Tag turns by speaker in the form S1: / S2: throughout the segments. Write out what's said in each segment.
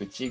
S1: 内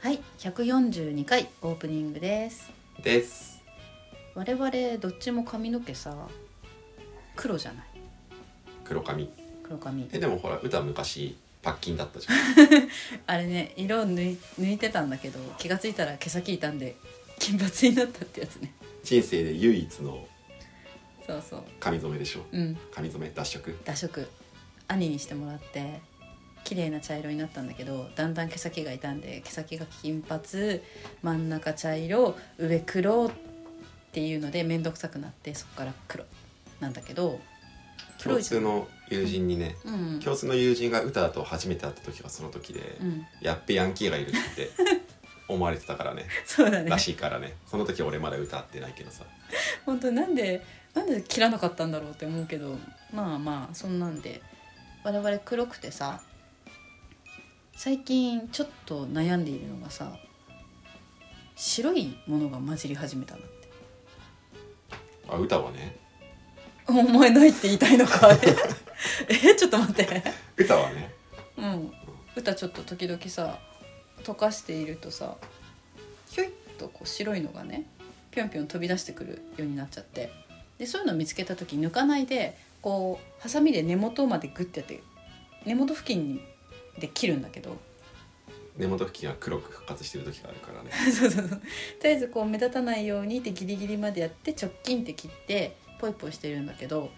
S2: はい、142回オープニングです。
S1: です
S2: 我々どっちも髪の毛さ、黒じゃない。
S1: 黒髪
S2: 黒髪。
S1: でもほら歌昔パッキンだったじゃん
S2: あれね、色を抜い抜いてたんだけど、気がついたら毛先傷んで金髪になったってやつね。
S1: 人生で唯一の
S2: そうそう。
S1: 髪染めでしょ
S2: うん、
S1: 髪染め脱色
S2: 脱色。兄にしてもらって綺麗な茶色になったんだけど、だんだん毛先が傷んで毛先が金髪、真ん中茶色、上黒っていうので面倒くさくなってそこから黒なんだけど、黒
S1: 共
S2: いじゃ
S1: 通
S2: ん
S1: の友人にね
S2: うん
S1: 共通の友人が歌と初めて会った時はその時で、
S2: うん、
S1: やっべヤンキーがいるって 思われてたからね
S2: そうだね
S1: らしいからねその時俺まだ歌ってないけどさ
S2: 本当なんでなんで切らなかったんだろうって思うけどまあまあそんなんで我々黒くてさ最近ちょっと悩んでいるのがさ白いものが混じり始めたなって
S1: あ歌はね
S2: お前ないって言いたいのか あれえちょっと待って
S1: 歌はね
S2: うん歌ちょっと時々さ溶かしているとさひょいっとこう白いのがねぴょんぴょん飛び出してくるようになっちゃってでそういうのを見つけた時抜かないでこうハサミで根元までグッてやって根元付近で切るんだけど
S1: 根元付近は黒く復活してる時があるからね
S2: そうそうそうとりあえずこう目立たないようにってギリギリまでやって直近って切ってポイポイしてるんだけど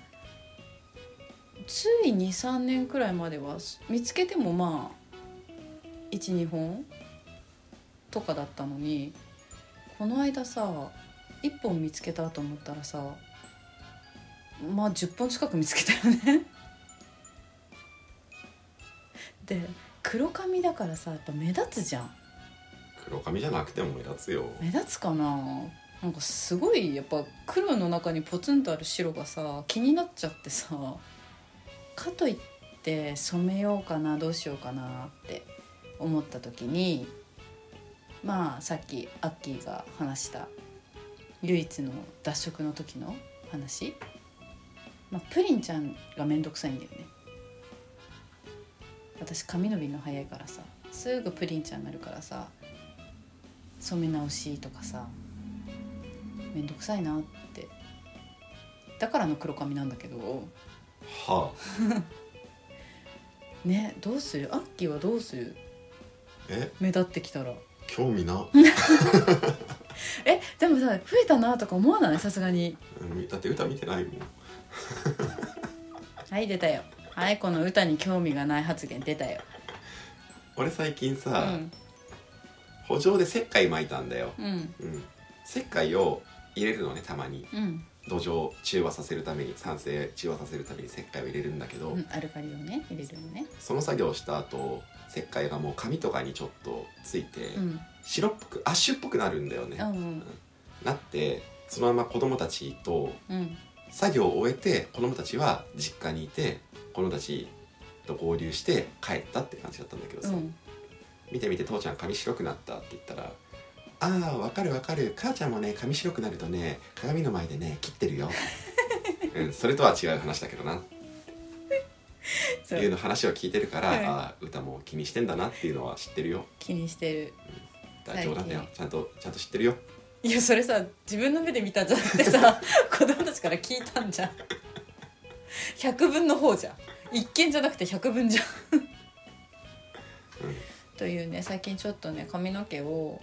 S2: つい23年くらいまでは見つけてもまあ12本とかだったのにこの間さ1本見つけたと思ったらさまあ10本近く見つけたよね。で黒髪だからさやっぱ目立つじゃん。
S1: 黒髪じゃなくても目立つよ
S2: 目立つかななんかすごいやっぱ黒の中にポツンとある白がさ気になっちゃってさかといって染めようかなどうしようかなって思った時にまあさっきアッキーが話した唯一の脱色の時の話、まあ、プリンちゃんが面倒くさいんだよね私髪伸びの早いからさすぐプリンちゃんになるからさ染め直しとかさめんどくさいなってだからの黒髪なんだけど
S1: はあ
S2: ねどうするアッキーはどうする
S1: え
S2: 目立ってきたら
S1: 興味な、
S2: えでもさ増えたなとか思わないさすがに
S1: うんだって歌見てないもん
S2: はい出たよはいこの歌に興味がない発言出たよ
S1: 俺最近
S2: う
S1: さ、
S2: ん
S1: 補助で石灰巻いたんだよ、
S2: うん
S1: うん、石灰を入れるのねたまに
S2: うん
S1: 土壌を中和させるために酸性中和させるために石灰を入れるんだけど、
S2: うんアルカリをね入れるのね
S1: その作業をした後石灰がもう紙とかにちょっとついて、
S2: うん
S1: 白っぽくアッシュっぽくなるんだよね、
S2: うん
S1: なってそのまま子供たちと
S2: うん
S1: 作業を終えて子供たちは実家にいて子供たちと合流して帰ったって感じだったんだけど
S2: う
S1: さ「
S2: ん
S1: 見て見て父ちゃん髪白くなった」って言ったら「ああわかるわかる母ちゃんもね髪白くなるとね鏡の前でね切ってるよ」 うん、それとは違う話だけどなって
S2: そ
S1: いう
S2: う
S1: の話を聞いてるから、
S2: はい
S1: ああ歌も気にしてんだなっていうのは知ってるよ
S2: 気にしてる
S1: だから冗談だよ
S2: 最
S1: ちゃんとちゃんと知ってるよ
S2: いやそれさ自分の目で見たんじゃなくてさ子供たちから聞いたんじゃん100分の方じゃん一見じゃなくて百分じゃん
S1: うん
S2: というね最近ちょっとね髪の毛を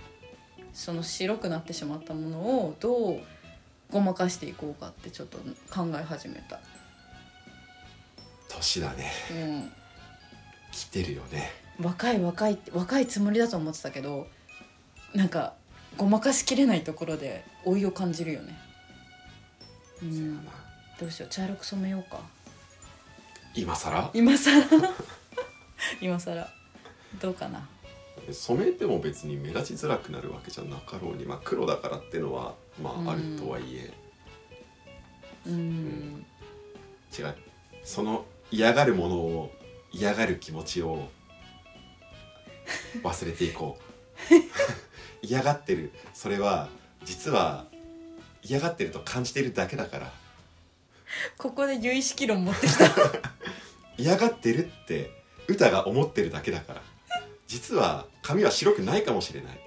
S2: その白くなってしまったものをどうごまかしていこうかってちょっと考え始めた、
S1: 年だね
S2: うん、
S1: 来てるよね
S2: 若い若いって若いつもりだと思ってたけどなんかごまかしきれないところで老いを感じるよね、う
S1: そや
S2: ん、
S1: な
S2: どうしよう茶色く染めようか
S1: 今更
S2: 今更 今更どうかな
S1: 染めても別に目立ちづらくなるわけじゃなかろうに、まあ、黒だからってのは、ま
S2: うん
S1: あ、あるとはいえ、
S2: うん
S1: 違うその嫌がるものを嫌がる気持ちを忘れていこ う嫌がってるそれは実は嫌がってると感じているだけだから
S2: ここで有意識論持ってきた
S1: 嫌がってるって歌が思ってるだけだから実は髪は白くないかもしれない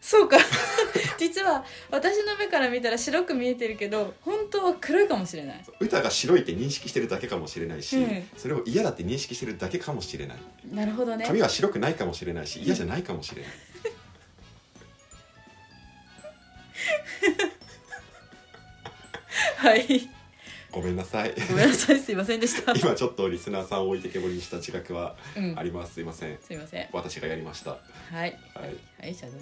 S2: そうか 実は私の目から見たら白く見えてるけど本当は黒いかもしれない
S1: 歌が白いって認識してるだけかもしれないし、
S2: うん
S1: それを嫌だって認識してるだけかもしれない
S2: なるほどね
S1: 髪は白くないかもしれないし嫌じゃないかもしれない、
S2: はい
S1: ごめんなさ い
S2: ごめんなさいすいませんでした
S1: 今ちょっとリスナーさんを置いてけぼりにした自覚は
S2: うん
S1: ありますすいません
S2: すいません
S1: 私がやりました
S2: はい
S1: はい
S2: はい謝罪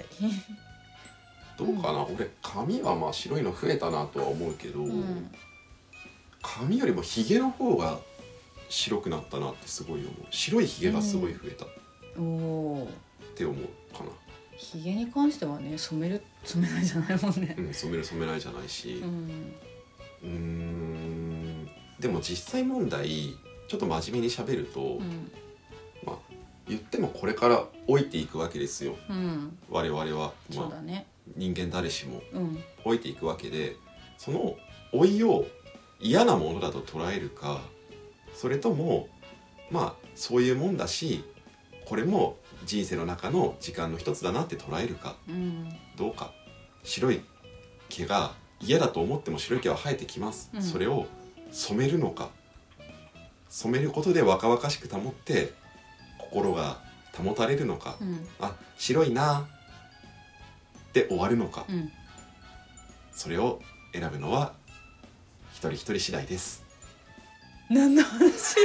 S1: どうかな、俺髪はまあ白いの増えたなとは思うけど、
S2: うん
S1: 髪よりもひげの方が白くなったなってすごい思う白いひげがすごい増えたっ
S2: おお
S1: て思うかな、
S2: ひげに関してはね染める染めないじゃないもんね
S1: うん染める染めないじゃないし
S2: う、ん
S1: うーんでも実際問題ちょっと真面目に喋ると、
S2: うん
S1: まあ言ってもこれから老いていくわけですよ
S2: うん
S1: 我々は、
S2: そう
S1: まあ、
S2: だね
S1: 人間誰しも
S2: うん
S1: 老いていくわけでその老いを嫌なものだと捉えるかそれともまあそういうもんだしこれも人生の中の時間の一つだなって捉えるか
S2: うん
S1: どうか白い毛が嫌だと思っても白い毛は生えてきます、
S2: うん
S1: それを染めるのか染めることで若々しく保って心が保たれるのか、
S2: うん
S1: あ白いなで終わるのか、
S2: うん
S1: それを選ぶのは一人一人次第です
S2: 何の話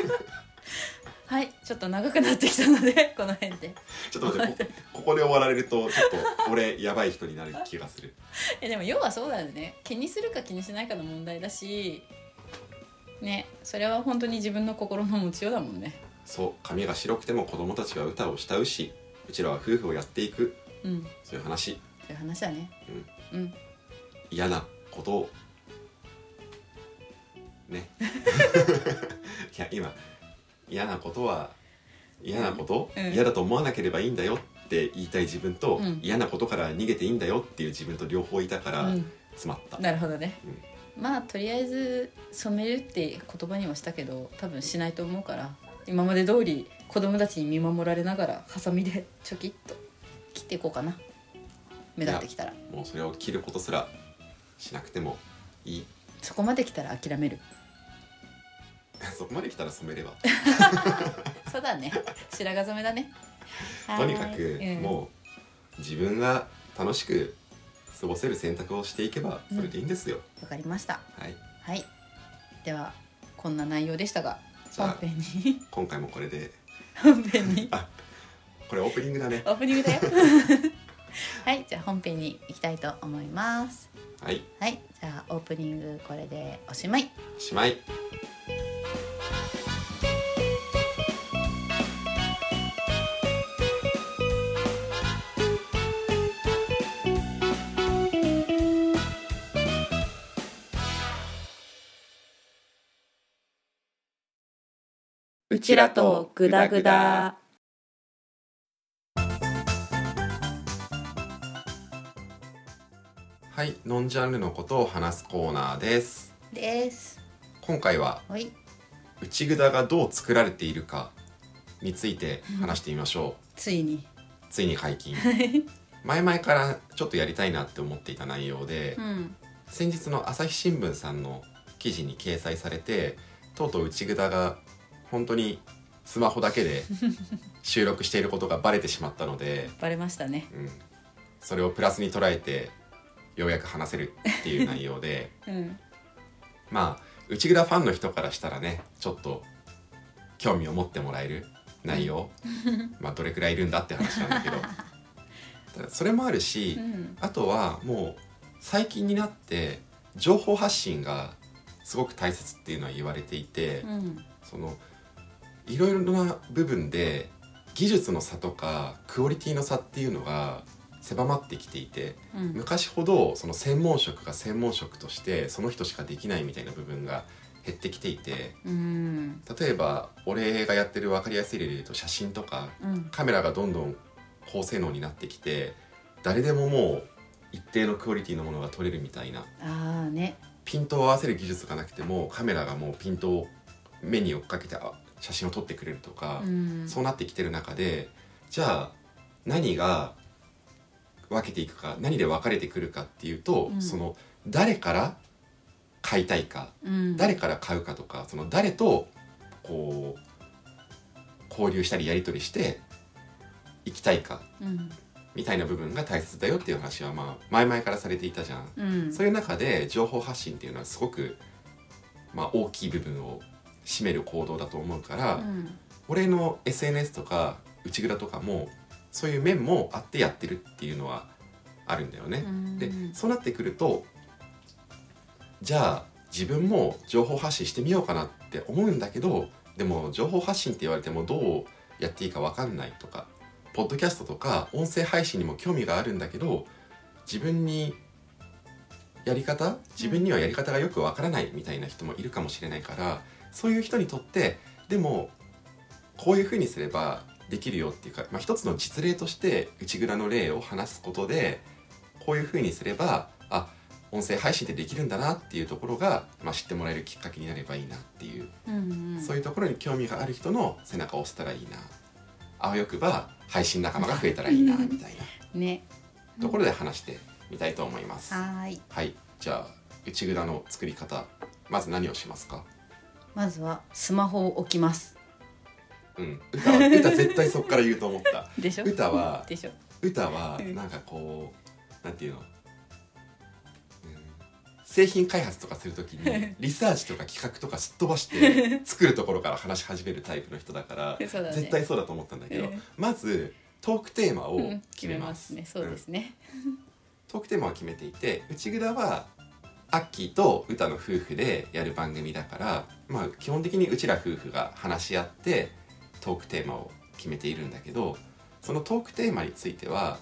S2: はいちょっと長くなってきたので この辺で
S1: ちょっと待 ってこここで終わられるとちょっと俺やばい人になる気がする
S2: えでも要はそうだよね気にするか気にしないかの問題だしねそれは本当に自分の心の持ちようだもんね
S1: そう髪が白くても子供たちは歌を慕うしうちらは夫婦をやっていく
S2: うん
S1: そういう話
S2: そういう話だねうん
S1: 嫌なことを ねいや今嫌なことは嫌なこと、
S2: うん
S1: 嫌だと思わなければいいんだよって言いたい自分と、
S2: うん
S1: 嫌なことから逃げていいんだよっていう自分と両方いたから、
S2: うん
S1: 詰まった、
S2: なるほどね、まあとりあえず染めるって言葉にはしたけど多分しないと思うから今まで通り子供たちに見守られながらハサミでちょきっと切っていこうかな目立ってきたら
S1: もうそれを切ることすらしなくてもい い
S2: そこまで来たら諦める
S1: そこまで来たら染めれば
S2: そうだね白髪染めだね
S1: とにかく
S2: はいうん
S1: もう自分が楽しく過ごせる選択をしていけばそれでいいんですよ、
S2: わかりました
S1: はい
S2: はいではこんな内容でしたが
S1: じゃ
S2: 本
S1: あ
S2: 編に
S1: 今回もこれで
S2: 本編に
S1: これオープニングだね
S2: オープニングだ よはいじゃあ本編に行きたいと思います
S1: はい
S2: はいじゃあオープニングこれでおしまい
S1: おしまい
S3: うちらとグダグダ
S1: はいノンジャンルのことを話すコーナーです
S2: です
S1: 今回は
S2: はい
S1: 内ぐだがどう作られているかについて話してみましょ
S2: つ いに
S1: うついに解禁前々からちょっとやりたいなって思っていた内容で、
S2: うん
S1: 先日の朝日新聞さんの記事に掲載されてとうとう内ぐだが本当にスマホだけ で収録していることがバレてしまったので、
S2: バレましたね
S1: うん、それをプラスに捉えてようやく話せるっていう内容で
S2: うん
S1: まあ内蔵ファンの人からしたらねちょっと興味を持ってもらえる内容まあどれくらいいるんだって話なんだ けどただそれもあるし、
S2: うん
S1: あとはもう最近になって情報発信がすごく大切っていうのは言われていて、
S2: うん
S1: そのいろいろな部分で技術の差とかクオリティの差っていうのが狭まってきていて
S2: うん
S1: 昔ほどその専門職が専門職としてその人しかできないみたいな部分が減ってきていて
S2: うん
S1: 例えば俺がやってる分かりやすい例で言うと写真とか
S2: うん
S1: カメラがどんどん高性能になってきて誰でももう一定のクオリティのものが撮れるみたいな
S2: ああね
S1: ピントを合わせる技術がなくてもカメラがもうピントを目に追っかけてあ写真を撮ってくれるとか
S2: う、ん
S1: そうなってきてる中でじゃあ何が分けていくか何で分かれてくるかっていうと、
S2: うん
S1: その誰から買いたいか、
S2: うん
S1: 誰から買うかとかその誰とこう交流したりやり取りして行きたいか
S2: うん
S1: みたいな部分が大切だよっていう話はまあ前々からされていたじゃん。
S2: うん
S1: そういう中で情報発信っていうのはすごく、まあ、大きい部分を占める行動だと思うから、
S2: うん
S1: 俺の SNS とか内蔵とかもそういう面もあってやってるっていうのはあるんだよね。
S2: うん
S1: でそうなってくるとじゃあ自分も情報発信してみようかなって思うんだけどでも情報発信って言われてもどうやっていいか分かんないとかポッドキャストとか音声配信にも興味があるんだけど自分にやり方自分にはやり方がよく分からないみたいな人もいるかもしれないからそういう人にとってでもこういうふうにすればできるよっていうか、まあ、一つの実例として内蔵の例を話すことでこういうふうにすればあ音声配信ってできるんだなっていうところが、まあ、知ってもらえるきっかけになればいいなっていう、
S2: うんうん
S1: そういうところに興味がある人の背中を押せたらいいなあわよくば配信仲間が増えたらいいなみたいな
S2: ね
S1: ところで話してみたいと思います。
S2: はーい
S1: はい、じゃあ内蔵の作り方まず何をしますか
S2: まずはスマホを置きます
S1: うん、歌 は歌絶対そっから言うと思った
S2: でしょ
S1: 歌は
S2: でしょ
S1: 歌は
S2: うん
S1: なんかこうなんていうの、うん製品開発とかするとき にリサーチとか企画とかすっ飛ばして作るところから話し始めるタイプの人だから
S2: そうだね
S1: 絶対そうだと思ったんだけど、
S2: うん
S1: まずトークテーマ
S2: う
S1: を
S2: ん
S1: 決めます,、
S2: ねそうですね
S1: トークテーマを決めていて内蔵はアッキーと歌の夫婦でやる番組だから、まあ、基本的にうちら夫婦が話し合ってトークテーマを決めているんだけどそのトークテーマについては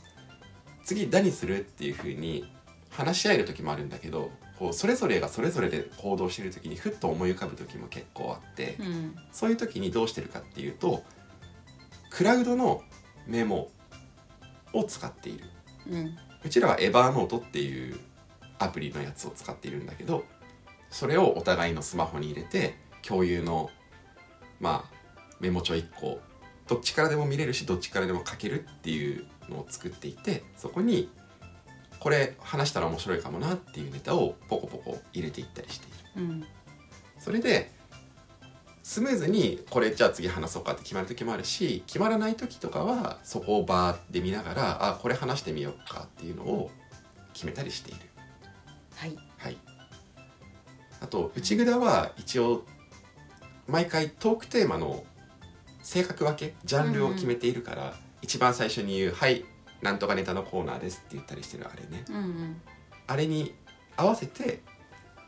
S1: 次何するっていう風に話し合える時もあるんだけどこうそれぞれがそれぞれで行動してる時にふっと思い浮かぶ時も結構あって、
S2: うん
S1: そういう時にどうしてるかっていうとクラウドのメモを使っている。
S2: うん
S1: うちらはエバーノートっていうアプリのやつを使っているんだけどそれをお互いのスマホに入れて共有のまあメモ帳1個どっちからでも見れるしどっちからでも書けるっていうのを作っていてそこにこれ話したら面白いかもなっていうネタをポコポコ入れていったりしている。
S2: うん
S1: それでスムーズにこれじゃあ次話そうかって決まる時もあるし決まらない時とかはそこをバーって見ながらあこれ話してみようかっていうのを決めたりしている。
S2: はい
S1: はい、あと内蔵は一応毎回トークテーマの性格分けジャンルを決めているから、一番最初に言う「はいなんとかネタのコーナーです」って言ったりしてるあれね
S2: うんうん
S1: あれに合わせて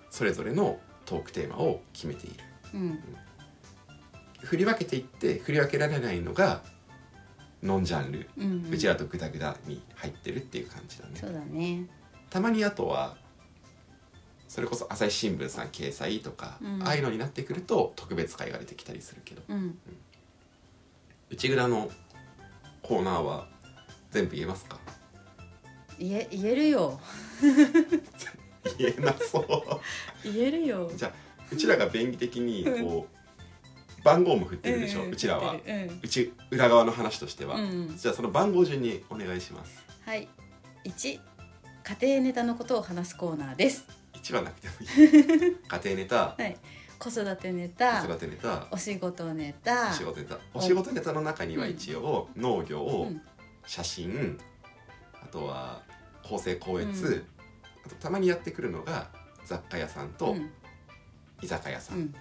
S1: それぞれのトークテーマを決めている。
S2: うん
S1: 振り分けていって振り分けられないのがノンジャンル、
S2: うん
S1: うちらとグダグダに入ってるっていう感じだ
S2: そ
S1: ね
S2: うだね
S1: たまにあとはそれこそ朝日新聞さん掲載とか、
S2: うん
S1: ああいうのになってくると特別会が出てきたりするけど
S2: うん
S1: 内蔵のコーナーは全部言えますか
S2: 言え言えるよ
S1: 言えなそう
S2: 言えるよ
S1: じゃあ うちらが便宜的にこう番号も振ってるでしょ、うちらは
S2: 言ってる
S1: うち裏側の話としては、
S2: うんうん
S1: じゃあその番号順にお願いします
S2: はい一家庭ネタのことを話すコーナーです
S1: 一番なくてもいい家庭ネタ
S2: はい子育てネタ
S1: 子育てネタ
S2: お仕事ネタ
S1: お仕事ネタお仕事ネタの中には一応農業
S2: う
S1: を
S2: ん
S1: 写真あとは構成校
S2: う
S1: 越あとたまにやってくるのが雑貨屋さん
S2: う
S1: と
S2: ん
S1: 居酒屋さ
S2: うんんか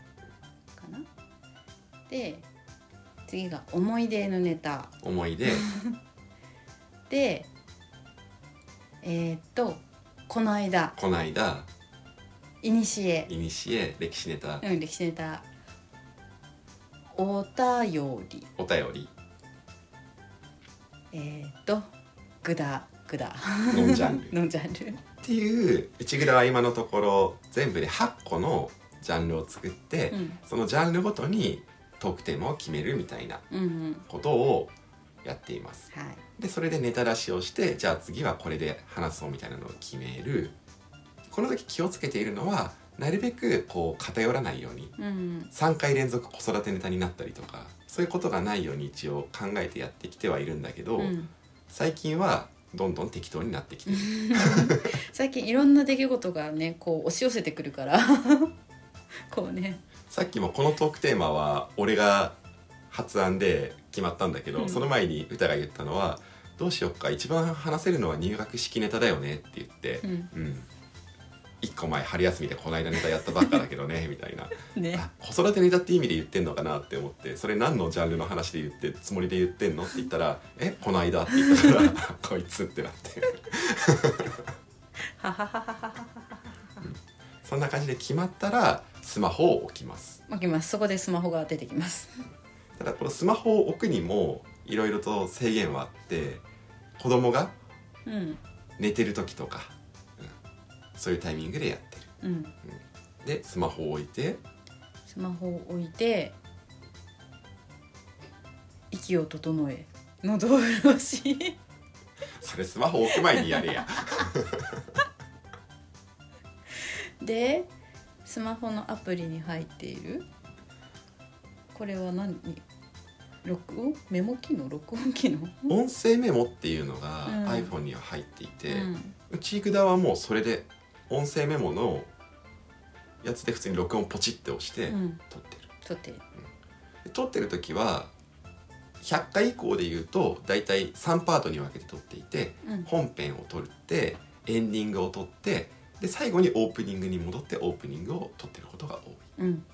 S2: なで次が思い出のネタ
S1: 思い 出
S2: でえーっとこの間
S1: こないだ
S2: いにしえ
S1: いにしえ歴史ネタ
S2: うん歴史ネタお便り
S1: お便り
S2: えーっとグダグダ
S1: ノンジャンルっ
S2: のジャンル
S1: ていう内蔵は今のところ全部で8個のジャンルを作って
S2: うん
S1: そのジャンルごとにトークテーマを決めるみたいな
S2: うんうん
S1: ことをやっています
S2: はい
S1: でそれでネタ出しをしてじゃあ次はこれで話そうみたいなのを決めるこの時気をつけているのはなるべくこう偏らないように
S2: うん
S1: 3回連続子育てネタになったりとかそういうことがないように一応考えてやってきてはいるんだけど、
S2: うん
S1: 最近はどんどん適当になってきてる
S2: 最近いろんな出来事がねこう押し寄せてくるから こうね
S1: さっきもこのトークテーマは俺が発案で決まったんだけど、
S2: うん
S1: その前に歌が言ったのは「どうしよっか一番話せるのは入学式ネタだよね」って言って
S2: うん
S1: 「うん、1個前春休みでこないだネタやったばっかだけどね」みたいな
S2: ね
S1: あ子育てネタって意味で言ってんのかなって思ってそれ何のジャンルの話で言ってつもりで言ってんのって言ったら「えこないだ」って言ったから 「こいつ」ってなって
S2: ははははは
S1: そんな感じで決まったらスマホを置きます。
S2: まきますそこでスマホが出てきます
S1: ただこのスマホを置くにもいろいろと制限はあって子供が
S2: うん
S1: 寝てる時とか、うんそういうタイミングでやって
S2: うん
S1: るでスマホを置いて
S2: スマホを置いて息を整え喉を潤 し
S1: それスマホ置く前にやれや
S2: でスマホのアプリに入っているこれは何録音メモ機能録音機能
S1: 音声メモっていうのが
S2: うん
S1: iPhone には入っていて、う
S2: うん
S1: ちいくだはもうそれで音声メモのやつで普通に録音ポチって押して
S2: うん
S1: 撮ってる、
S2: 撮ってる
S1: で撮ってる時は100回以降で言うと大体3パートに分けて撮っていて
S2: うん
S1: 本編を撮ってエンディングを撮ってで最後にオープニングに戻ってオープニングを撮ってることが多い
S2: うん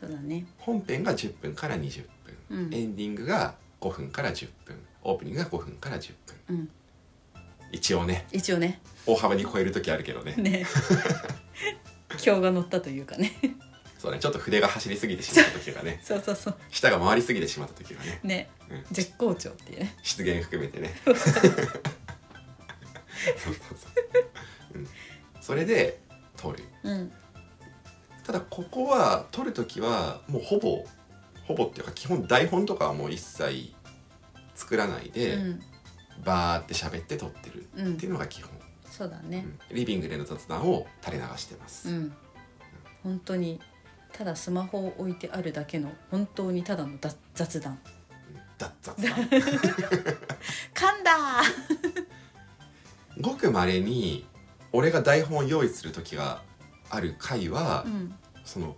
S2: そうだね
S1: 本編が10分から20分、
S2: うん
S1: エンディングが5分から10分オープニングが5分から10分
S2: うん
S1: 一応ね
S2: 一応ね
S1: 大幅に超える時あるけどね
S2: ね今日が乗ったというかね
S1: そうねちょっと筆が走りすぎてしまった時がね
S2: そうそうそう
S1: 舌が回りすぎてしまった時がね、
S2: ね
S1: うん、
S2: 絶好調っていうね
S1: 失言含めてねそうそう そう、うん、それで撮る
S2: うん
S1: ただここは撮る時はもうほぼほぼっていうか基本台本とかはもう一切作らないうで、
S2: ん
S1: バーって喋って撮ってる
S2: うん
S1: っていうのが基本、
S2: そうだ
S1: う
S2: ね
S1: んリビングでの雑談を垂れ流してま
S2: う
S1: す、
S2: ん本当にただスマホを置いてあるだけの本当にただの雑雑談
S1: だ雑談
S2: 噛んだ
S1: ごくまれに俺が台本を用意する時がある回は、
S2: うん
S1: その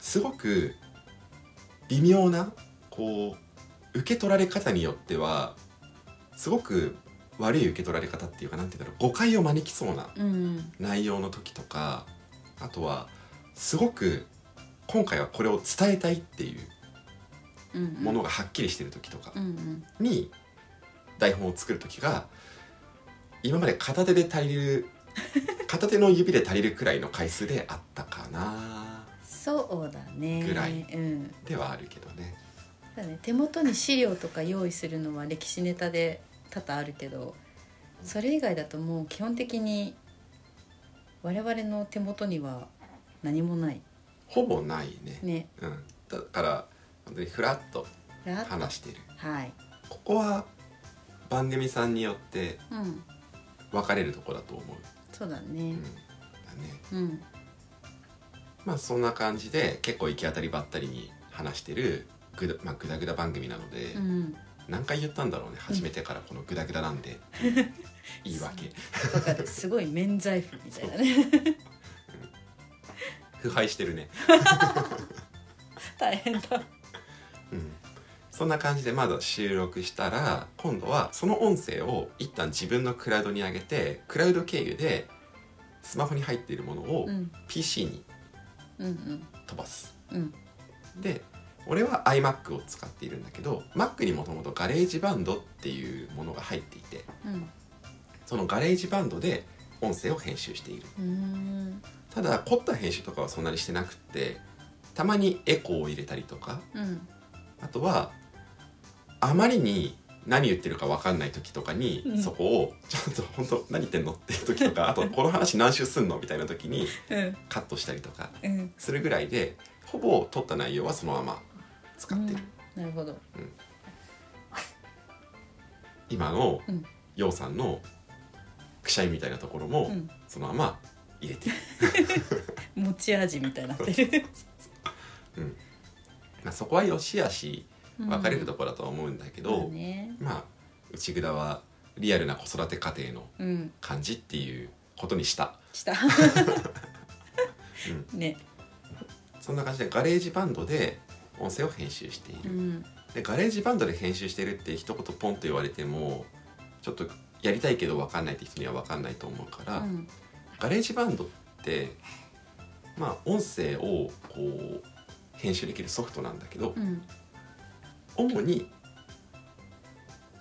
S1: すごく微妙なこう受け取られ方によってはすごく悪い受け取られ方っていうかなんて言うんだろう誤解を招きそうな
S2: うん
S1: 内容の時とかあとはすごく今回はこれを伝えたいっていう
S2: うん
S1: ものがはっきりしてる時とか
S2: うんうん
S1: に台本を作る時が今まで片手で足り る片手の指で足りるくらいの回数であったかな
S2: そうだね
S1: ぐらい
S2: うん
S1: ではあるけどね。
S2: そうだね、手元に資料とか用意するのは歴史ネタで多々あるけどそれ以外だともう基本的に我々の手元には何もない
S1: ほぼないね
S2: ね
S1: うん、だから本当にフラッと
S2: ら
S1: 話してる
S2: はい、
S1: ここは番組さんによって
S2: うん、
S1: 分かれるとこだと思う、
S2: そうだ
S1: う
S2: ね
S1: んだね
S2: うん
S1: まあそんな感じで結構行き当たりばったりに話してるぐだ,、まあ、ぐだぐだ番組なので、
S2: うん
S1: 何回言ったんだろうね初めてからこのぐだぐだなん で言い訳
S2: わかるすごい免罪符みたいなね
S1: 腐敗してるね、
S2: 大変だ
S1: うん、そんな感じでまだ収録したら今度はその音声を一旦自分のクラウドに上げてクラウド経由でスマホに入っているものを
S2: うん
S1: PC に
S2: うんうん
S1: 飛ばす、
S2: うん
S1: で俺は iMac を使っているんだけど Mac にもともとガレージバンドっていうものが入っていて
S2: うん
S1: そのガレージバンドで音声を編集している
S2: うーん
S1: ただ凝った編集とかはそんなにしてなくってたまにエコーを入れたりとか
S2: うん
S1: あとはあまりに何言ってるか分かんない時とかに、
S2: うん
S1: そこをちょっと本当何言ってんのっていう時と かあとこの話何周すんのみたいな時に
S2: うん
S1: カットしたりとか
S2: うん
S1: するぐらいでほぼ撮った内容はそのまま使ってる、
S2: なるほど
S1: 今の
S2: うん
S1: ようさんのくしゃみみたいなところも
S2: うん
S1: そのまま入れてる、
S2: 持ち味みたいになってる
S1: まあ、そこはよしあし分かれると
S2: こ
S1: ころだとは思うんだけ
S2: だ
S1: ど、
S2: ね
S1: まあ内蔵はリアルな子育て家庭の
S2: うん
S1: 感じっていうことにした。
S2: したね
S1: そんな感じでガレージバンドで音声を編集していうる、
S2: ん
S1: でガレージバンドで編集してるって一言ポンと言われてもちょっとやりたいけど分かんないって人には分かんないと思うから、
S2: うん
S1: ガレージバンドってまあ音声をこう編集できるソフトなんだけど、
S2: うん
S1: 主に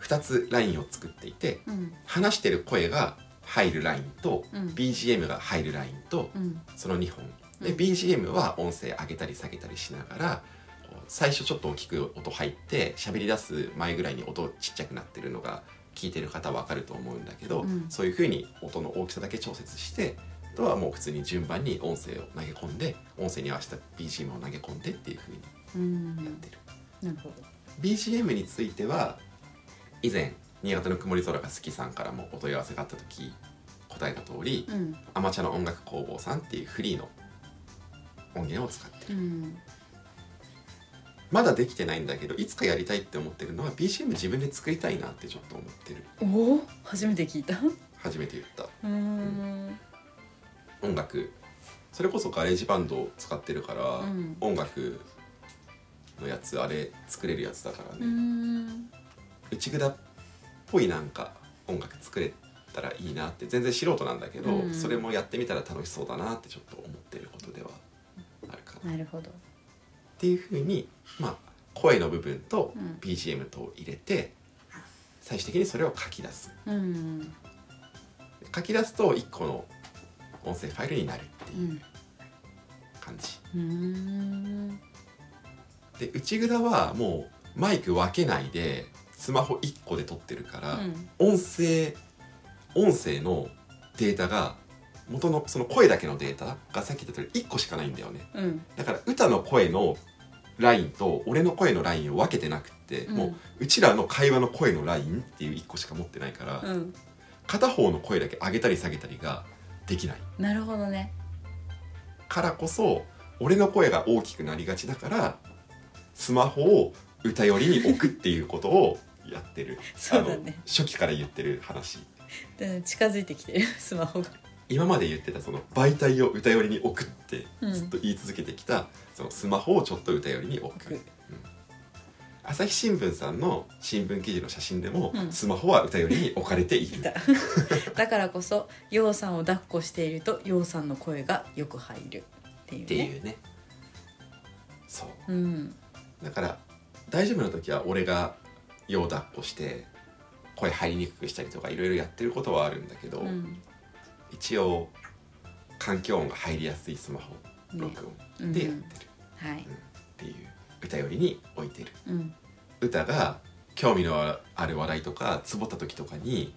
S1: 2つラインを作っていて
S2: うん
S1: 話してる声が入るラインと
S2: うん
S1: BGM が入るラインと
S2: うん
S1: その2本で、
S2: うん
S1: BGM は音声上げたり下げたりしながらこう最初ちょっと大きく音入って喋り出す前ぐらいに音ちっちゃくなってるのが聞いてる方はわかると思うんだけど、
S2: うん
S1: そういう風に音の大きさだけ調節してあとはもう普通に順番に音声を投げ込んで音声に合わせた BGM を投げ込んでっていう風に
S2: うん
S1: やってる、
S2: なるほど
S1: BGM については以前新潟の曇り空が好きさんからもお問い合わせがあった時答えた通り、
S2: うん
S1: アマチュアの音楽工房さんっていうフリーの音源を使ってる
S2: うん
S1: まだできてないんだけどいつかやりたいって思ってるのは BGM 自分で作りたいなってちょっと思ってる
S2: おお初めて聞いた
S1: 初めて言った
S2: うーん
S1: 音楽それこそガレージバンドを使ってるから、
S2: うん
S1: 音楽のやつあれ作れるやつだから
S2: うー
S1: ね、
S2: ん
S1: 内蔵っぽいなんか音楽作れたらいいなって全然素人なんだけど、
S2: うん
S1: それもやってみたら楽しそうだなってちょっと思ってることではあるかな
S2: なるほど
S1: っていうふうに、まあ、声の部分と
S2: うん
S1: BGM とを入れて、最終的にそれを書き出す
S2: うん
S1: 書き出すと1個の音声ファイルになるって
S2: う
S1: いうん感じ、
S2: うーん
S1: で内蔵はもうマイク分けないでスマホ1個で撮ってるか
S2: う
S1: ら、
S2: ん
S1: 音声音声のデータが元のその声だけのデータがさっき言った通り1個しかないんだよね
S2: うん
S1: だから歌の声のラインと俺の声のラインを分けてなくって、
S2: うん
S1: もううちらの会話の声のラインっていう1個しか持ってないから、
S2: うん
S1: 片方の声だけ上げたり下げたりができない
S2: なるほどね
S1: からこそ俺の声が大きくなりがちだからスマホを歌よりに置くっていうことをやってる
S2: そうだね
S1: あの初期から言ってる話
S2: で近づいてきてる スマホが
S1: 今まで言ってたその媒体を歌よりに置くって
S2: うん
S1: ずっと言い続けてきた、そのスマホをちょっと歌よりに置く
S2: 僕
S1: 朝日新聞さんの新聞記事の写真でも、
S2: うん
S1: スマホは歌よりに置かれてい
S2: い
S1: る
S2: ただからこそようさんを抱っこしているとようさんの声がよく入るっていう
S1: って
S2: ね
S1: いうねそう
S2: うん
S1: だから大丈夫な時は俺が用抱っこして声入りにくくしたりとかいろいろやってることはあるんだけど、
S2: うん
S1: 一応環境音が入りやすいスマホ録
S2: う
S1: 音
S2: ん
S1: でやってる
S2: はい
S1: っていう歌よりに置いてる
S2: うん
S1: 歌が興味のある話題とかつぼった時とかに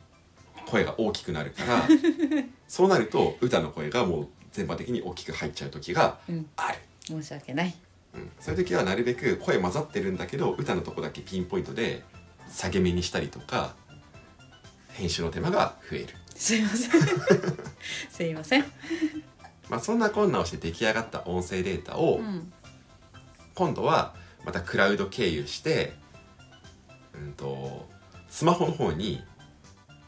S1: 声が大きくなるから そうなると歌の声がもう全般的に大きく入っちゃう時が
S2: うん
S1: ある。
S2: 申し訳ない
S1: うんそういう時はなるべく声混ざってるんだけど歌のとこだけピンポイントで下げ目にしたりとか編集の手間が増える、
S2: すいま せんすいません
S1: まあ、そんな困難をして出来上がった音声データを
S2: うん
S1: 今度はまたクラウド経由して、うん、とスマホの方に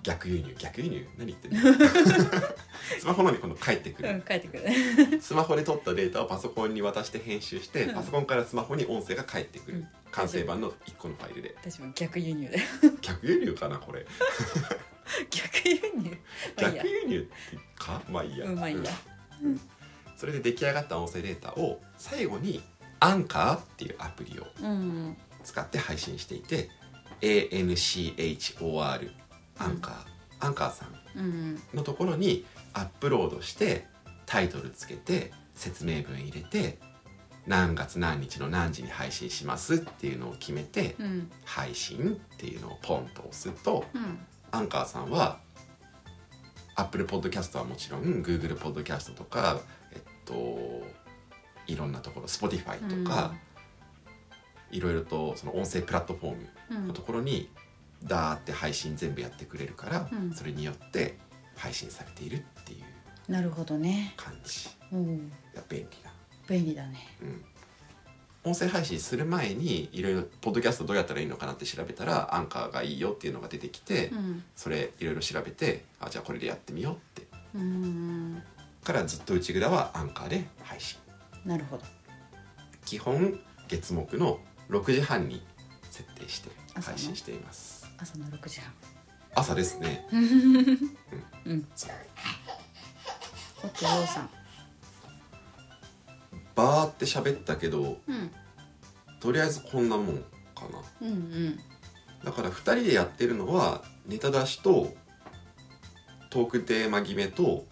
S1: 逆輸入逆輸入何言ってんの スマホのに今度帰ってく
S2: う
S1: る
S2: ん帰ってくる
S1: スマホで撮ったデータをパソコンに渡して編集して
S2: うん
S1: パソコンからスマホに音声が返ってく
S2: う
S1: る
S2: ん
S1: 完成版の1個のファイルで
S2: 私も逆 輸入だよ
S1: 逆輸入かなこれ
S2: 逆輸入まあいいや
S1: 逆輸入かまあいいや
S2: うんまあいいや
S1: うんそれで出来上がった音声データを最後にアンカーっていうアプリを
S2: うん
S1: 使って配信していて ANCHOR アンカー、アンカーさん
S2: うん
S1: のところにアップロードしてタイトルつけて説明文入れて何月何日の何時に配信しますっていうのを決めて
S2: うん
S1: 配信っていうのをポンと押すと
S2: うん
S1: アンカーさんは Apple Podcast はもちろん Google Podcast とかえっといろんなところ Spotify
S2: うん
S1: とか、いろいろとその音声プラットフォーム
S2: うん
S1: のところにダーって配信全部やってくれるから、
S2: うん
S1: それによって配信されているっていう
S2: なるほどね
S1: 感じ
S2: うん
S1: が便利な、
S2: 便利だね
S1: うん、音声配信する前にいろいろポッドキャストどうやったらいいのかなって調べたらアンカーがいいよっていうのが出てきて、
S2: うん
S1: それいろいろ調べてあじゃあこれでやってみようって
S2: うん
S1: からずっと内蔵はアンカーで配信
S2: なるほど
S1: 基本月目の6時半に設定して
S2: 朝の
S1: 配信しています
S2: 朝の6時半
S1: 朝ですね
S2: うん
S1: そう
S2: おっとようさん
S1: バーって喋ったけど
S2: うん
S1: とりあえずこんなもんかな
S2: うんうん
S1: だから2人でやってるのはネタ出しとトークテーマ決めと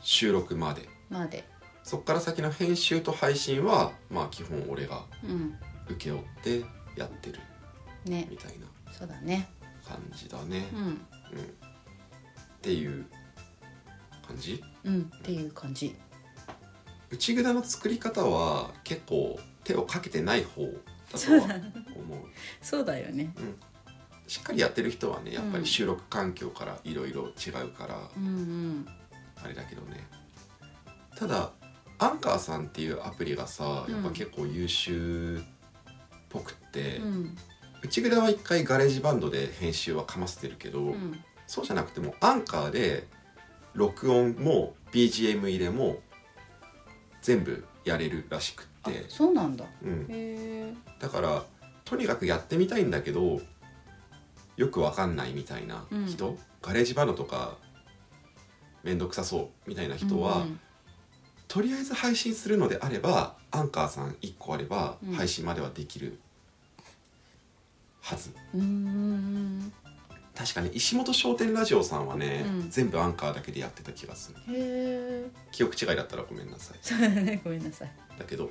S1: 収録まで
S2: まあで
S1: そっから先の編集と配信はまあ基本俺が
S2: うん
S1: 請け負ってやってる
S2: ね
S1: みたいな
S2: そうだね
S1: 感じだね
S2: う、ん
S1: うんっていう感じ
S2: うんっていう感じ
S1: 内札の作り方は結構手をかけてない方だと
S2: そう
S1: は
S2: だ
S1: 思う
S2: そうだよね
S1: しっかりやってる人はねやっぱ
S2: うん
S1: り収録環境からいろいろ違うから、
S2: うん
S1: あれだけどねただアンカーさんっていうアプリがさやっぱ結構優秀っぽくって、
S2: うんうん
S1: 内蔵は一回ガレージバンドで編集はかませてるけど、
S2: うん
S1: そうじゃなくてもアンカーで録音も BGM 入れも全部やれるらしく
S2: あ
S1: って、
S2: そうなんだへ
S1: うん、
S2: え
S1: だからとにかくやってみたいんだけどよくわかんないみたいな人、ガレージバンドとか面倒くさそうみたいな人は、とりあえず配信するのであればアンカーさん1個あれば
S2: うん
S1: 配信まではできるはず、
S2: うんうん
S1: 確かに石本商店ラジオさんはね、
S2: うん
S1: 全部アンカーだけでやってた気がする
S2: うんへえ
S1: 記憶違いだったらごめんなさい
S2: そうだねごめんなさい
S1: だけど、うん、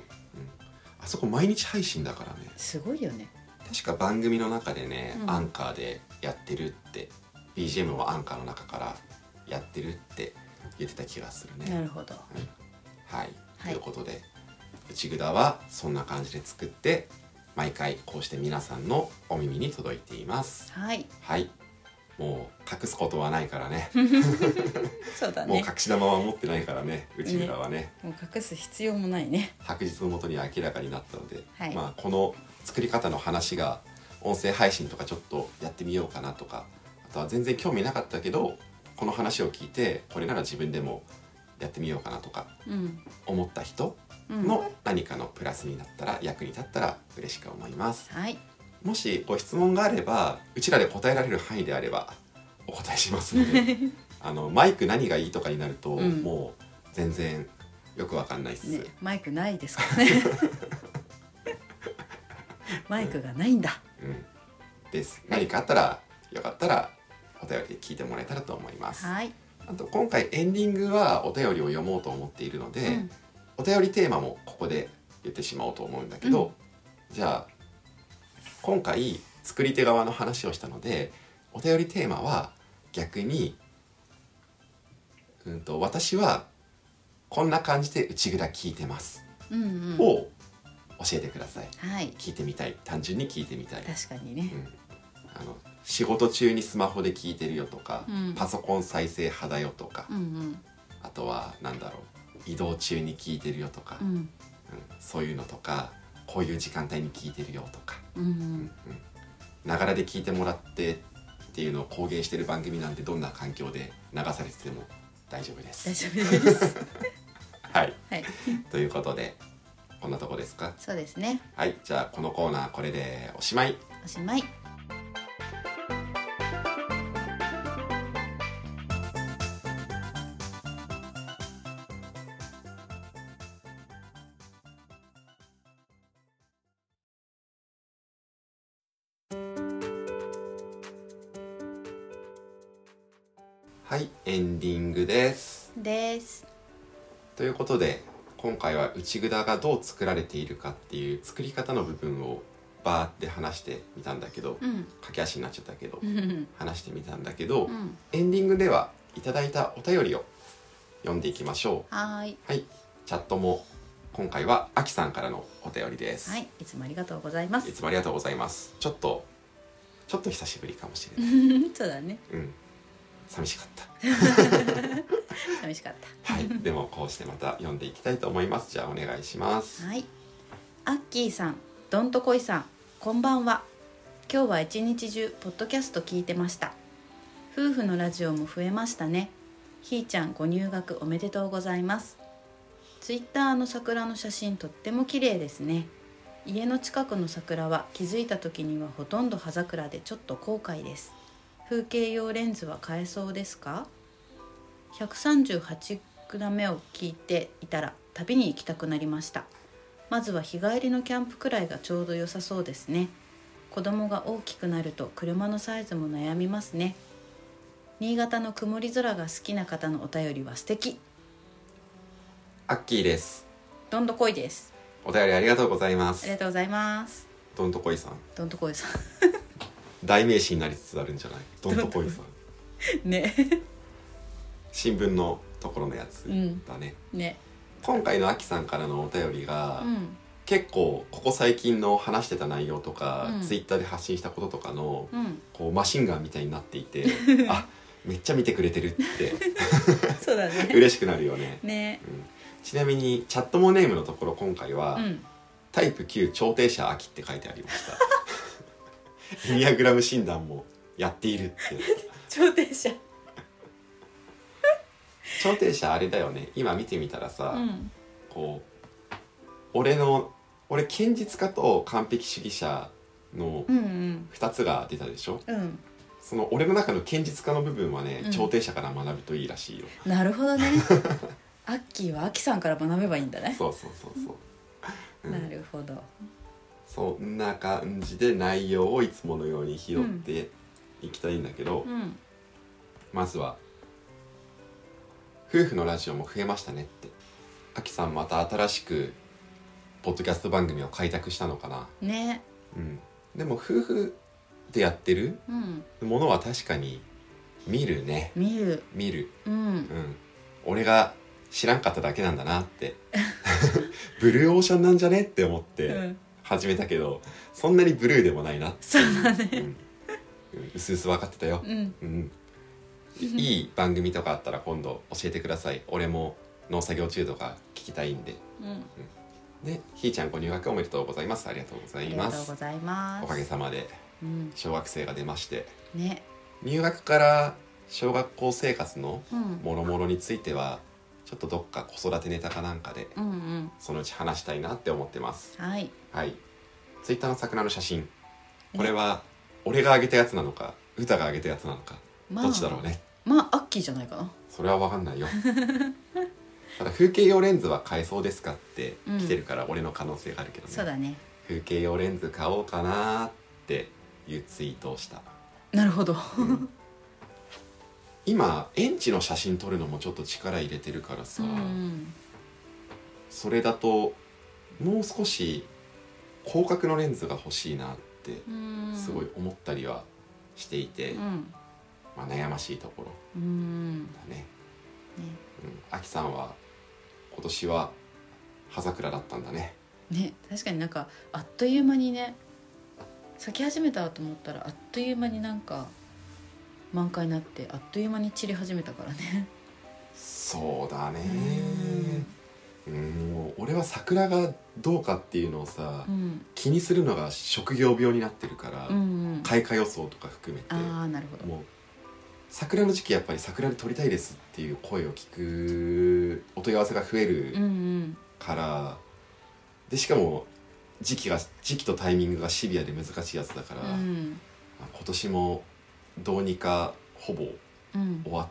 S1: あそこ毎日配信だからね
S2: すごいよね
S1: 確か番組の中でね、
S2: うん
S1: アンカーでやってるって BGM をアンカーの中からやってるって言ってた気がする
S2: な
S1: ね。
S2: るほど
S1: はい、
S2: はい
S1: ということで内札はそんな感じで作って毎回こうして皆さんのお耳に届いています。
S2: はい
S1: はいもう隠すことはないから ね
S2: そうだ
S1: もう
S2: ね
S1: 隠し玉は持ってないからね内札はね
S2: もう隠す必要もないね
S1: 白日のもとに明らかになったので、
S2: はい
S1: まあ、この作り方の話が音声配信とかちょっとやってみようかなとかあとは全然興味なかったけどこの話を聞いてこれなら自分でもやってみようかなとか
S2: うん
S1: 思った人
S2: うん
S1: の何かのプラスになったら役に立ったら嬉しく思います
S2: はい
S1: もしご質問があればうちらで答えられる範囲であればお答えしますの であのマイク何がいいとかになると、
S2: うん
S1: もう全然よくわかんないっす、
S2: ねマイクないですから ねマイクがないんだ
S1: うん、です何かあったらよかったらお便りで聞いてもらえたらと思いますあ
S2: はい
S1: と今回エンディングはお便りを読もうと思っているので、
S2: うん
S1: お便りテーマもここで言ってしまおうと思うんだけど、じゃあ今回作り手側の話をしたのでお便りテーマは逆に、うん、と私はこんな感じで内蔵聞いてます、
S2: うんうん
S1: を教えてください
S2: はい
S1: 聞いてみたい単純に聞いてみたい
S2: 確かにね
S1: うんあの仕事中にスマホで聞いてるよとか、
S2: うん
S1: パソコン再生派だよとか、
S2: うんうん
S1: あとはなんだろう移動中に聞いてるよとか、
S2: う
S1: うん
S2: ん
S1: そういうのとかこういう時間帯に聞いてるよとか
S2: うんうん
S1: ながらで聞いてもらってっていうのを公言してる番組なんてどんな環境で流されてても大丈夫で
S2: 大
S1: す。
S2: 丈夫です。
S1: はい、
S2: はい、
S1: ということでこんなとこですか
S2: そうですね。
S1: はいじゃあこのコーナーこれでおしまい。
S2: おしまい。
S1: はいエンディングです。
S2: です。
S1: ということで今回は内札がどう作られているかっていう作り方の部分をバーって話してみたんだけど、
S2: うん。
S1: 駆け足になっちゃったけど、
S2: うん。
S1: 話してみたんだけど、
S2: うん
S1: エンディングではいただいたお便りを読んでいきましょ
S2: はーい。
S1: うはいチャットも今回はあきさんからのお便りです、
S2: はい、いつもありがとうございま
S1: い
S2: す。
S1: つもありがとうございますちょっとちょっと久しぶりかもしれない
S2: そうだね。
S1: うん寂しかった
S2: 寂しかった。
S1: はいでもこうしてまた読んでいきたいと思いますじゃあお願いします
S2: はい。アッキーさん、どんとこいさん、こんばんは。今日は一日中ポッドキャスト聞いてました。夫婦のラジオも増えましたね。ひーちゃんご入学おめでとうございます。ツイッターの桜の写真とっても綺麗ですね。家の近くの桜は気づいた時にはほとんど葉桜でちょっと後悔です。風景用レンズは買えそうですか？138句目を聞いていたら旅に行きたくなりましたまずは日帰りのキャンプくらいがちょうど良さそうですね子供が大きくなると車のサイズも悩みますね新潟の曇り空が好きな方のお便りは素敵
S1: アッキーです
S2: どんどこいです
S1: お便りありがとうございま
S2: ありが
S1: す
S2: とうございます
S1: どんとこいさん
S2: どんどこいさ
S1: 代名詞になりつつあるんじゃないどんとこいさん
S2: んね
S1: 新聞のところのやつ
S2: うん
S1: だね、
S2: ね
S1: 今回のあきさんからのお便りが、
S2: うん
S1: 結構ここ最近の話してた内容とか、
S2: うん
S1: ツイッターで発信したこととかの、
S2: うん
S1: こうマシンガンみたいになってい てあめっちゃ見てくれてるって
S2: そうだね
S1: 嬉しくなるよね、
S2: ね
S1: うん、ちなみにチャットモネームのところ今回は、
S2: うん
S1: タイプ9調停者秋って書いてありました エニアグラム診断もやっているって
S2: 調停者
S1: 調停者あれだよね今見てみたらさ、
S2: うん
S1: こう俺の俺堅実家と完璧主義者の
S2: うんうん
S1: 2つが出たでしょ、
S2: うん
S1: その俺の中の堅実家の部分はね、
S2: うん
S1: 調停者から学ぶといいらしいよ
S2: なるほどね アッキーはアキさんから学べばいいんだね
S1: そうそうそうそう、うん
S2: なるほど
S1: そんな感じで内容をいつものように拾っていきたいんだけど、
S2: うん
S1: まずは「夫婦のラジオも増えましたね」ってあきさんまた新しくポッドキャスト番組を開拓したのかな
S2: ね
S1: うんでも夫婦でやってる
S2: うん
S1: ものは確かに見るね
S2: 見る
S1: 見る
S2: うん
S1: うん俺が知らんかっただけなんだなって ブルーオーシャンなんじゃねって思っ
S2: う
S1: て
S2: ん
S1: 始めたけど、そんなにブルーでもないなって
S2: そうだ
S1: う
S2: ね
S1: んうんうすうす分かってたよ、
S2: うん
S1: うん、いい番組とかあったら今度教えてください俺も農作業中とか聞きたいんで
S2: うん
S1: でひーちゃんご入学おめでとうございますありがとうござ
S2: あ
S1: い
S2: りが
S1: ま
S2: とうご
S1: す
S2: ざいます
S1: おかげさまで
S2: うん
S1: 小学生が出まして
S2: ね
S1: 入学から小学校生活の
S2: うん
S1: もろもろについてはちょっとどっか子育てネタかなんかで
S2: うんうん
S1: そのうち話したいなって思ってます
S2: はい
S1: はいツイッターの桜の写真これは俺が上げたやつなのか歌が上げたやつなのか
S2: まあ
S1: どっちだろうね
S2: まあアッキーじゃないかな
S1: それは分かんないよ ただ風景用レンズは買えそうですかって来てるから俺の可能性があるけどね、
S2: そうだね
S1: 風景用レンズ買おうかなっていうツイートをした
S2: なるほど
S1: 今園地の写真撮るのもちょっと力入れてるから
S2: う
S1: さ、
S2: ん
S1: それだともう少し広角のレンズが欲しいなって
S2: うん
S1: すごい思ったりはしていて、
S2: うん
S1: まあ、悩ましいところ
S2: うんね
S1: だね。うん、あきさんは今年は葉桜だったんだね。
S2: ね確かになんかあっという間にね咲き始めたと思ったらあっという間になんか満開になってあっという間に散り始めたからね
S1: そうだね
S2: うん
S1: うんもう俺は桜がどうかっていうのをさ、
S2: うん
S1: 気にするのが職業病になってるから、
S2: うんうん
S1: 開花予想とか含めて
S2: ああなるほど
S1: もう桜の時期やっぱり桜で撮りたいですっていう声を聞くお問い合わせが増え
S2: う
S1: る
S2: んうん
S1: から、でしかも時期が時期とタイミングがシビアで難しいやつだから、
S2: うん
S1: まあ今年もどうにかほぼ
S2: うん
S1: 終わっ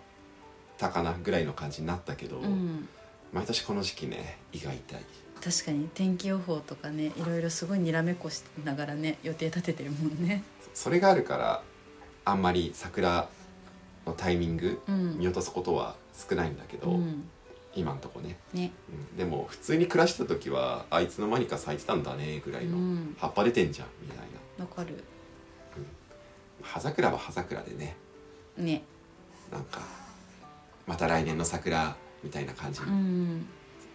S1: たかなぐらいの感じになったけど、
S2: うん
S1: 毎年この時期ね胃が痛い
S2: 確かに天気予報とかねいろいろすごいにらめっこしながらね予定立ててるもんね
S1: それがあるからあんまり桜のタイミング
S2: うん
S1: 見落とすことは少ないんだけど、
S2: うん
S1: 今んとこね、
S2: ね
S1: うんでも普通に暮らしてた時はあいつの間にか咲いてたんだねぐら
S2: う
S1: いの、
S2: ん
S1: 葉っぱ出てんじゃんみたいな
S2: わかる
S1: 葉桜は葉桜でね
S2: ね
S1: なんかまた来年の桜みたいな感じに、
S2: うん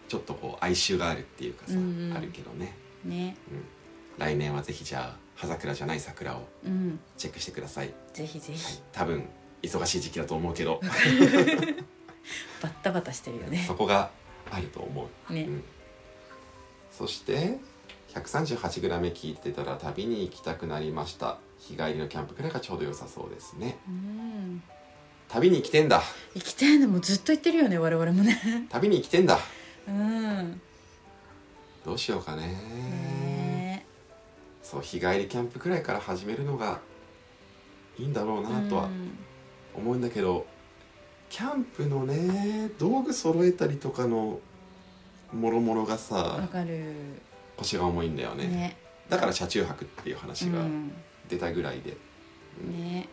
S1: ちょっとこう哀愁があるっていうかさ、
S2: うんうん
S1: あるけどね
S2: ね
S1: 来年はぜひじゃあ葉桜じゃない桜を
S2: うん
S1: チェックしてください、
S2: ぜひぜひ
S1: 多分忙しい時期だと思うけど
S2: バッタバタしてるよね
S1: そこがあると思うう
S2: ね
S1: んそして138グラム聞いてたら旅に行きたくなりました日帰りのキャンプくらいがちょうど良さそうですね
S2: うん
S1: 旅に来てんだ
S2: 行きたいのもずっと言ってるよね我々もね
S1: 旅に来てんだ
S2: うん
S1: どうしようかね
S2: ね
S1: そう日帰りキャンプくらいから始めるのがいいんだろうなとは
S2: うん
S1: 思うんだけど、キャンプのね道具揃えたりとかのもろもろが
S2: わ
S1: さ
S2: かる
S1: 腰が重いんだよね
S2: ね
S1: だから車中泊っていう話
S2: う
S1: が
S2: ん
S1: 出たぐらいで、
S2: ね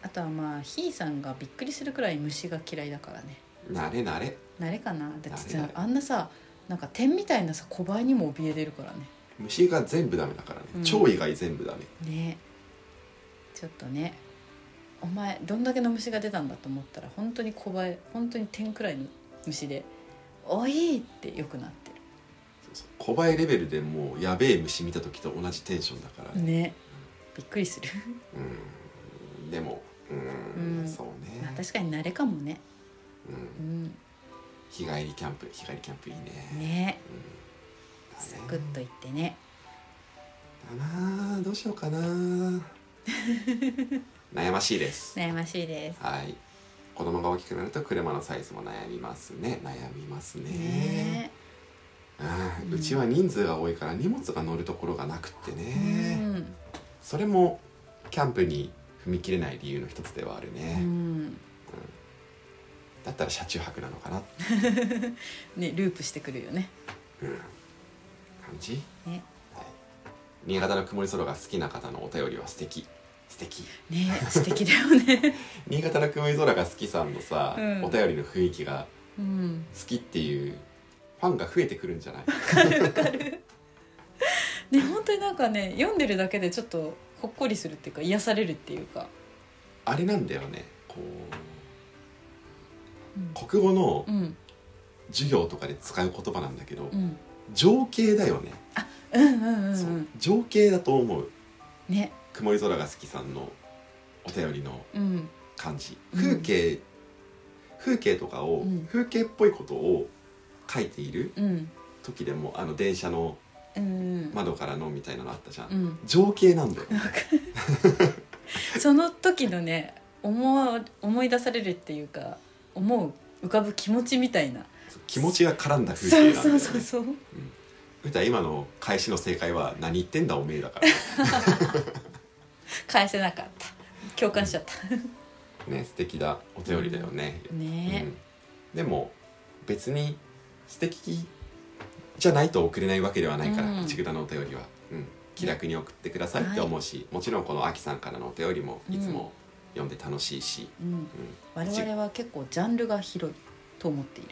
S2: あとはまあひーさんがびっくりするくらい虫が嫌いだからね
S1: 慣れ慣れ
S2: 慣れかなだって
S1: 慣れ
S2: さ
S1: 慣れ
S2: あんなさなんか点みたいなさ小林にも怯えてるからね
S1: 虫が全部ダメだからね、
S2: うん
S1: 蝶以外全部ダメ
S2: ねちょっとねお前どんだけの虫が出たんだと思ったら本当に小林本当に点くらいの虫で「おい!」ってよくなって
S1: そうそう小映えレベルでもうやべえ虫見た時と同じテンションだから
S2: るねびっくりする
S1: うんでもうん、
S2: うん
S1: そう
S2: まあ
S1: ね、
S2: 確かに慣れかもね
S1: うん、
S2: うん
S1: 日帰りキャンプ日帰りキャンプいいね
S2: ね
S1: うんだね
S2: サクッといってね
S1: だなあどうしようか な悩ましいです
S2: 悩ましいです
S1: はい子供が大きくなると車のサイズも悩みますね悩みますね
S2: ね
S1: ああ
S2: うん
S1: うちは人数が多いから荷物が乗るところがなくってね、
S2: うん
S1: それもキャンプに踏み切れない理由の一つではある
S2: う
S1: ね、
S2: ん
S1: だったら車中泊なのかなって
S2: ねループしてくるよね
S1: 感じ
S2: ね
S1: 新潟の曇り空が好きな方のお便りは素敵素敵
S2: ね素敵だよね
S1: 新潟の曇り空が好きさんのさ、
S2: うん
S1: お便りの雰囲気が
S2: うん
S1: 好きっていうファンが増えてくるんじゃない
S2: ね本当になんかね読んでるだけでちょっとほっこりするっていうか癒されるっていうか
S1: あれなんだよねこ
S2: うん
S1: う国語の
S2: うん
S1: 授業とかで使う言葉なんだけど、
S2: うん
S1: 情景だよね、
S2: うんうんうんう
S1: そうん情景だと思う
S2: ね
S1: 曇り空が好きさんのお便りの
S2: うん
S1: 感じ
S2: うん
S1: 風景、風景とかを、
S2: うん
S1: 風景っぽいことを書いている
S2: うん
S1: 時でもあの電車の
S2: うん
S1: 窓からのみたいなのあったじゃん、
S2: うん
S1: 情景なん だよ
S2: その時のね思う思い出されるっていうか思う浮かぶ気持ちみたいな
S1: そう気持ちが絡んだ風景
S2: そう
S1: なんだ
S2: そ
S1: よ、
S2: う
S1: ね、
S2: そうそう
S1: うた今の返しの正解は「何言ってんだおめえ」だから
S2: 返せなかった共感しちゃった
S1: ね素敵だお便りだよね、
S2: ね
S1: うんでも別に素敵じゃないと送れないわけではないから
S2: うん
S1: 内ぐだのお便りは、うん、気楽に送ってくださいって思うし、もちろんこのあきさんからのお便りもいつも読んで楽しいし、
S2: うん
S1: うん
S2: 我々は結構ジャンルが広いと思っている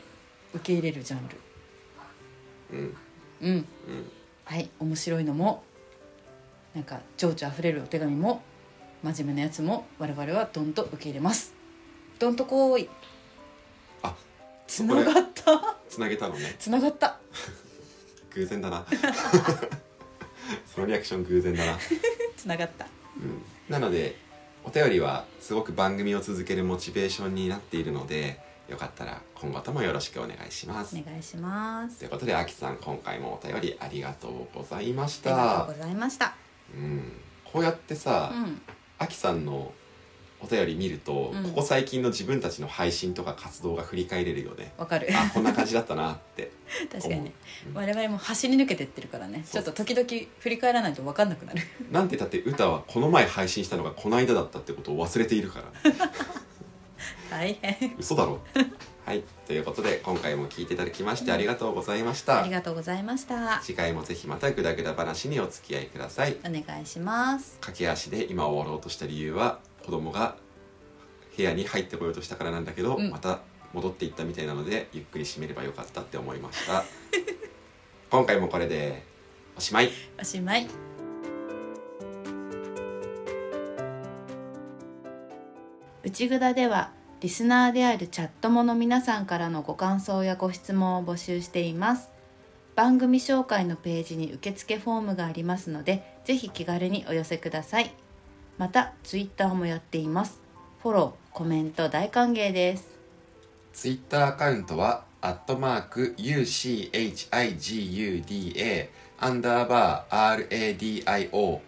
S2: 受け入れるジャンル
S1: うん
S2: うん
S1: うん
S2: はい面白いのもなんか情緒あふれるお手紙も真面目なやつも我々はどんと受け入れますどんとこーい
S1: あ
S2: つながった
S1: つなげたのね
S2: つながった
S1: 偶然だなそのリアクション偶然だな
S2: つながった
S1: うんなのでお便りはすごく番組を続けるモチベーションになっているのでよかったら今後ともよろしくお願いします
S2: お。願いします
S1: ということで、あきさん今回もお便りありがとうございまし
S2: ありが
S1: た
S2: とう。ございました
S1: うん、こうやってさ、
S2: うん
S1: あきさんのお便り見ると、
S2: うん
S1: ここ最近の自分たちの配信とか活動が振り返れるよね。
S2: わかる
S1: あ、こんな感じだったなって
S2: 確か
S1: 思う。
S2: にね我々も走り抜けてってるからねち
S1: そ
S2: ょ
S1: う
S2: っと時々振り返らないと分かんなくなる
S1: なんてだって歌はこの前配信したのがこの間だったってことを忘れているから、ね、
S2: 大変
S1: 嘘だろ はいということで今回も聞いていただきましてありがとうございました、
S2: ありがとうございました
S1: 次回もぜひまたグダグダ話にお付き合いください
S2: お願いします
S1: 駆け足で今終わろうとした理由は子供が部屋に入ってこようとしたからなんだけど、
S2: うん
S1: また戻っていったみたいなのでゆっくり締めればよかったって思いました 今回もこれでおしまい
S2: おしまい
S3: 内ぐだではリスナーであるチャットもの皆さんからのご感想やご質問を募集しています番組紹介のページに受付フォームがありますのでぜひ気軽にお寄せくださいまたツイッターもやっていますフォロー、コメント大歓迎です
S1: ツイッターアカウントは、アットマーク UCHIGUDA アンダーバー RADIO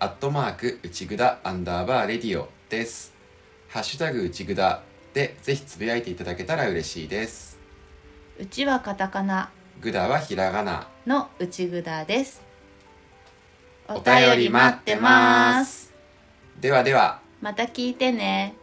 S1: アットマーク内ぐだアンダーバーレディオです。ハッシュタグ内ぐだでぜひつぶやいていただけたら嬉しいです。
S3: うちはカタカナ
S1: ぐだはひらがな。
S3: の内ぐだです
S1: お便り待ってます。ではでは。
S3: また聞いてね